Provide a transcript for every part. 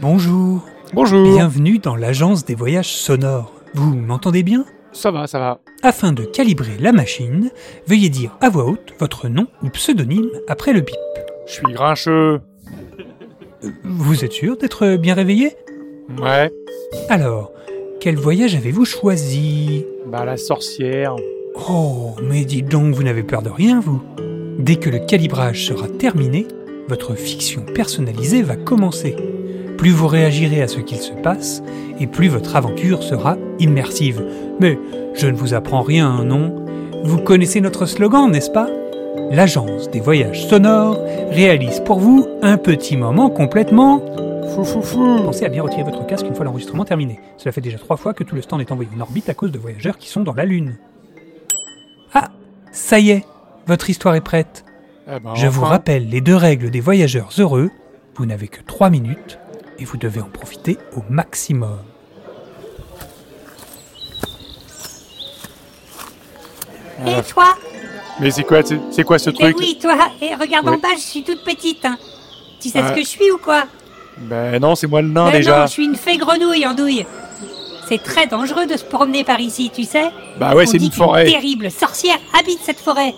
Bonjour, Bonjour. bienvenue dans l'agence des voyages sonores. Vous m'entendez bien Ça va, ça va. Afin de calibrer la machine, veuillez dire à voix haute votre nom ou pseudonyme après le bip. Je suis grincheux. Vous êtes sûr d'être bien réveillé Ouais. Alors, quel voyage avez-vous choisi Bah la sorcière. Oh, mais dites donc, vous n'avez peur de rien, vous Dès que le calibrage sera terminé, votre fiction personnalisée va commencer. Plus vous réagirez à ce qu'il se passe, et plus votre aventure sera immersive. Mais je ne vous apprends rien, non Vous connaissez notre slogan, n'est-ce pas L'agence des voyages sonores réalise pour vous un petit moment complètement... Fou fou fou. Pensez à bien retirer votre casque une fois l'enregistrement terminé. Cela fait déjà trois fois que tout le stand est envoyé en orbite à cause de voyageurs qui sont dans la Lune. Ah, ça y est, votre histoire est prête. Eh ben, Je vous enfin. rappelle les deux règles des voyageurs heureux. Vous n'avez que trois minutes et vous devez en profiter au maximum. Ah. Et toi Mais c'est quoi, c'est c'est quoi ce Eh truc oui, toi Et regarde Ouais. en bas, je suis toute petite. hein. Tu sais Ouais. ce que je suis ou quoi Ben non, c'est moi le nain Ben déjà. Non, je suis une fée grenouille en douille. C'est très dangereux de se promener par ici, tu sais. Bah ouais, On c'est dit une qu'une forêt. terrible sorcière habite cette forêt.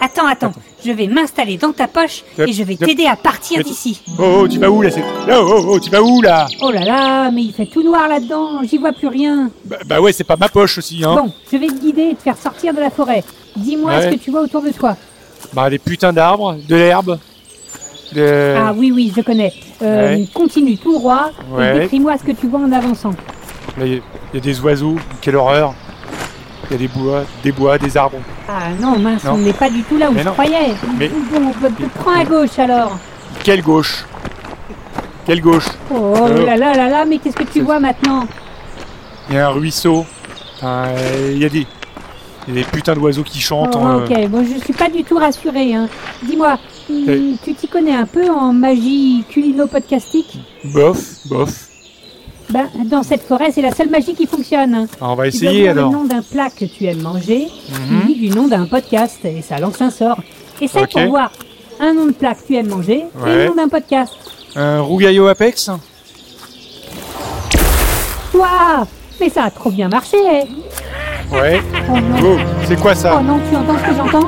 Attends, attends, je vais m'installer dans ta poche Yep, et je vais yep. t'aider à partir Mais- d'ici. Oh, oh, tu vas où là c'est- oh, oh, oh, tu vas où là Oh là là, mais il fait tout noir là-dedans, j'y vois plus rien. bah, bah ouais, c'est pas ma poche aussi, hein. Bon, je vais te guider et te faire sortir de la forêt. Dis-moi Ouais. ce que tu vois autour de toi. Bah des putains d'arbres, de l'herbe. De... Ah oui, oui, je connais. Euh, Ouais. Continue tout droit Ouais. et décris-moi ce que tu vois en avançant. Là, il y, a- il y a des oiseaux, quelle horreur. Il y a des bois, des bois, des arbres. Ah non, mince, Non. on n'est pas du tout là où Mais je non. croyais. Mais- Bon, bah, Mais- prends à gauche alors. Quelle gauche Quelle gauche Oh Euh. là là là là, mais qu'est-ce que tu C'est- vois maintenant Il y a un ruisseau. Enfin, euh, il y a des... Il y a des putains d'oiseaux qui Oh, chantent. hein. Ok, bon, je suis pas du tout rassurée. Hein. Dis-moi, hmm, T'es- tu t'y connais un peu en magie culino-podcastique Bof, bof. Hmm. ben, Dans cette forêt, c'est la seule magie qui fonctionne. hein. Ah, on va Tu dois essayer dire alors. le nom d'un plat que tu aimes manger, Mhm. suivi du nom d'un podcast, et ça lance un sort. Essaye Ok. pour voir un nom de plat que tu aimes manger et Ouais. le nom d'un podcast. Un rougaillot apex Waouh Mais ça a trop bien marché hein. Ouais. Oh non, Oh, c'est quoi oh ça non, tu entends ce que j'entends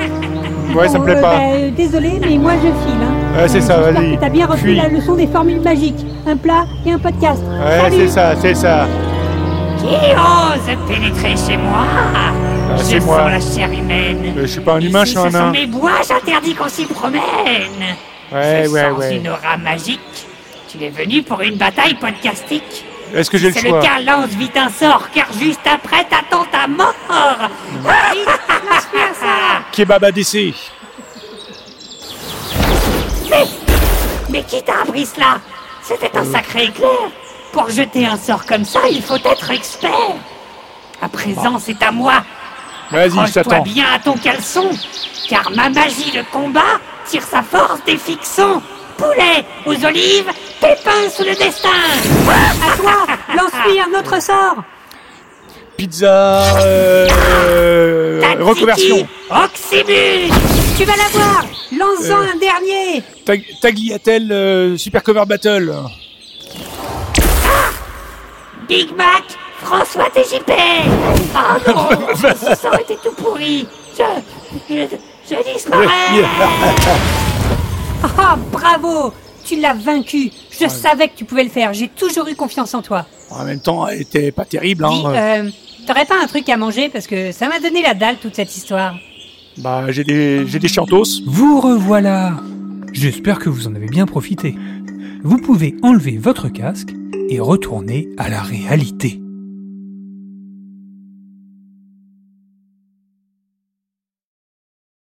Ouais, ça Bon, me plaît euh, pas. bah, euh, désolé, mais moi je file. Hein. Ouais, c'est ça, J'espère vas-y. que T'as bien retenu Fuis. la leçon des formules magiques. Un plat et un podcast. Ouais, c'est ça, c'est ça. Qui ose pénétrer chez moi Ah, Je c'est sens moi. la chair humaine. Euh, Je suis pas un humain, je Ici, suis un ce sont nain. mes bois interdits qu'on s'y promène. Ouais, je ouais, sens ouais. une aura magique. Tu es venu pour une bataille podcastique. Est-ce que j'ai le C'est le choix cas, lance vite un sort, car juste après t'attends ta mort. Vite, lance-lui un sort. Kebab ADC. Mais qui t'a appris cela C'était un sacré éclair. Pour jeter un sort comme ça, il faut être expert. À présent, c'est à moi. Ah. Vas-y, je Accroche-toi t'attends. bien à ton caleçon, car ma magie de combat tire sa force des fictions. Poulet aux olives, pépins sous le destin. À toi, lance-lui un autre sort. Pizza. euh, Tatsiki, Reconversion. Oxybus. Tu vas l'avoir. Lance-en Euh. un dernier. Tag- Tagliatelle euh, Super Cover Battle. Big Mac, François TJP. Oh non, ce sort était tout pourri. Je, je, je disparais. Ah, bravo. Tu l'as vaincu. Je savais que tu pouvais le faire. J'ai toujours eu confiance en toi. En même temps, elle était pas terrible, Dis, hein. euh, t'aurais pas un truc à manger parce que ça m'a donné la dalle toute cette histoire. Bah, j'ai des, j'ai des chantos. Vous revoilà J'espère que vous en avez bien profité. Vous pouvez enlever votre casque et retourner à la réalité.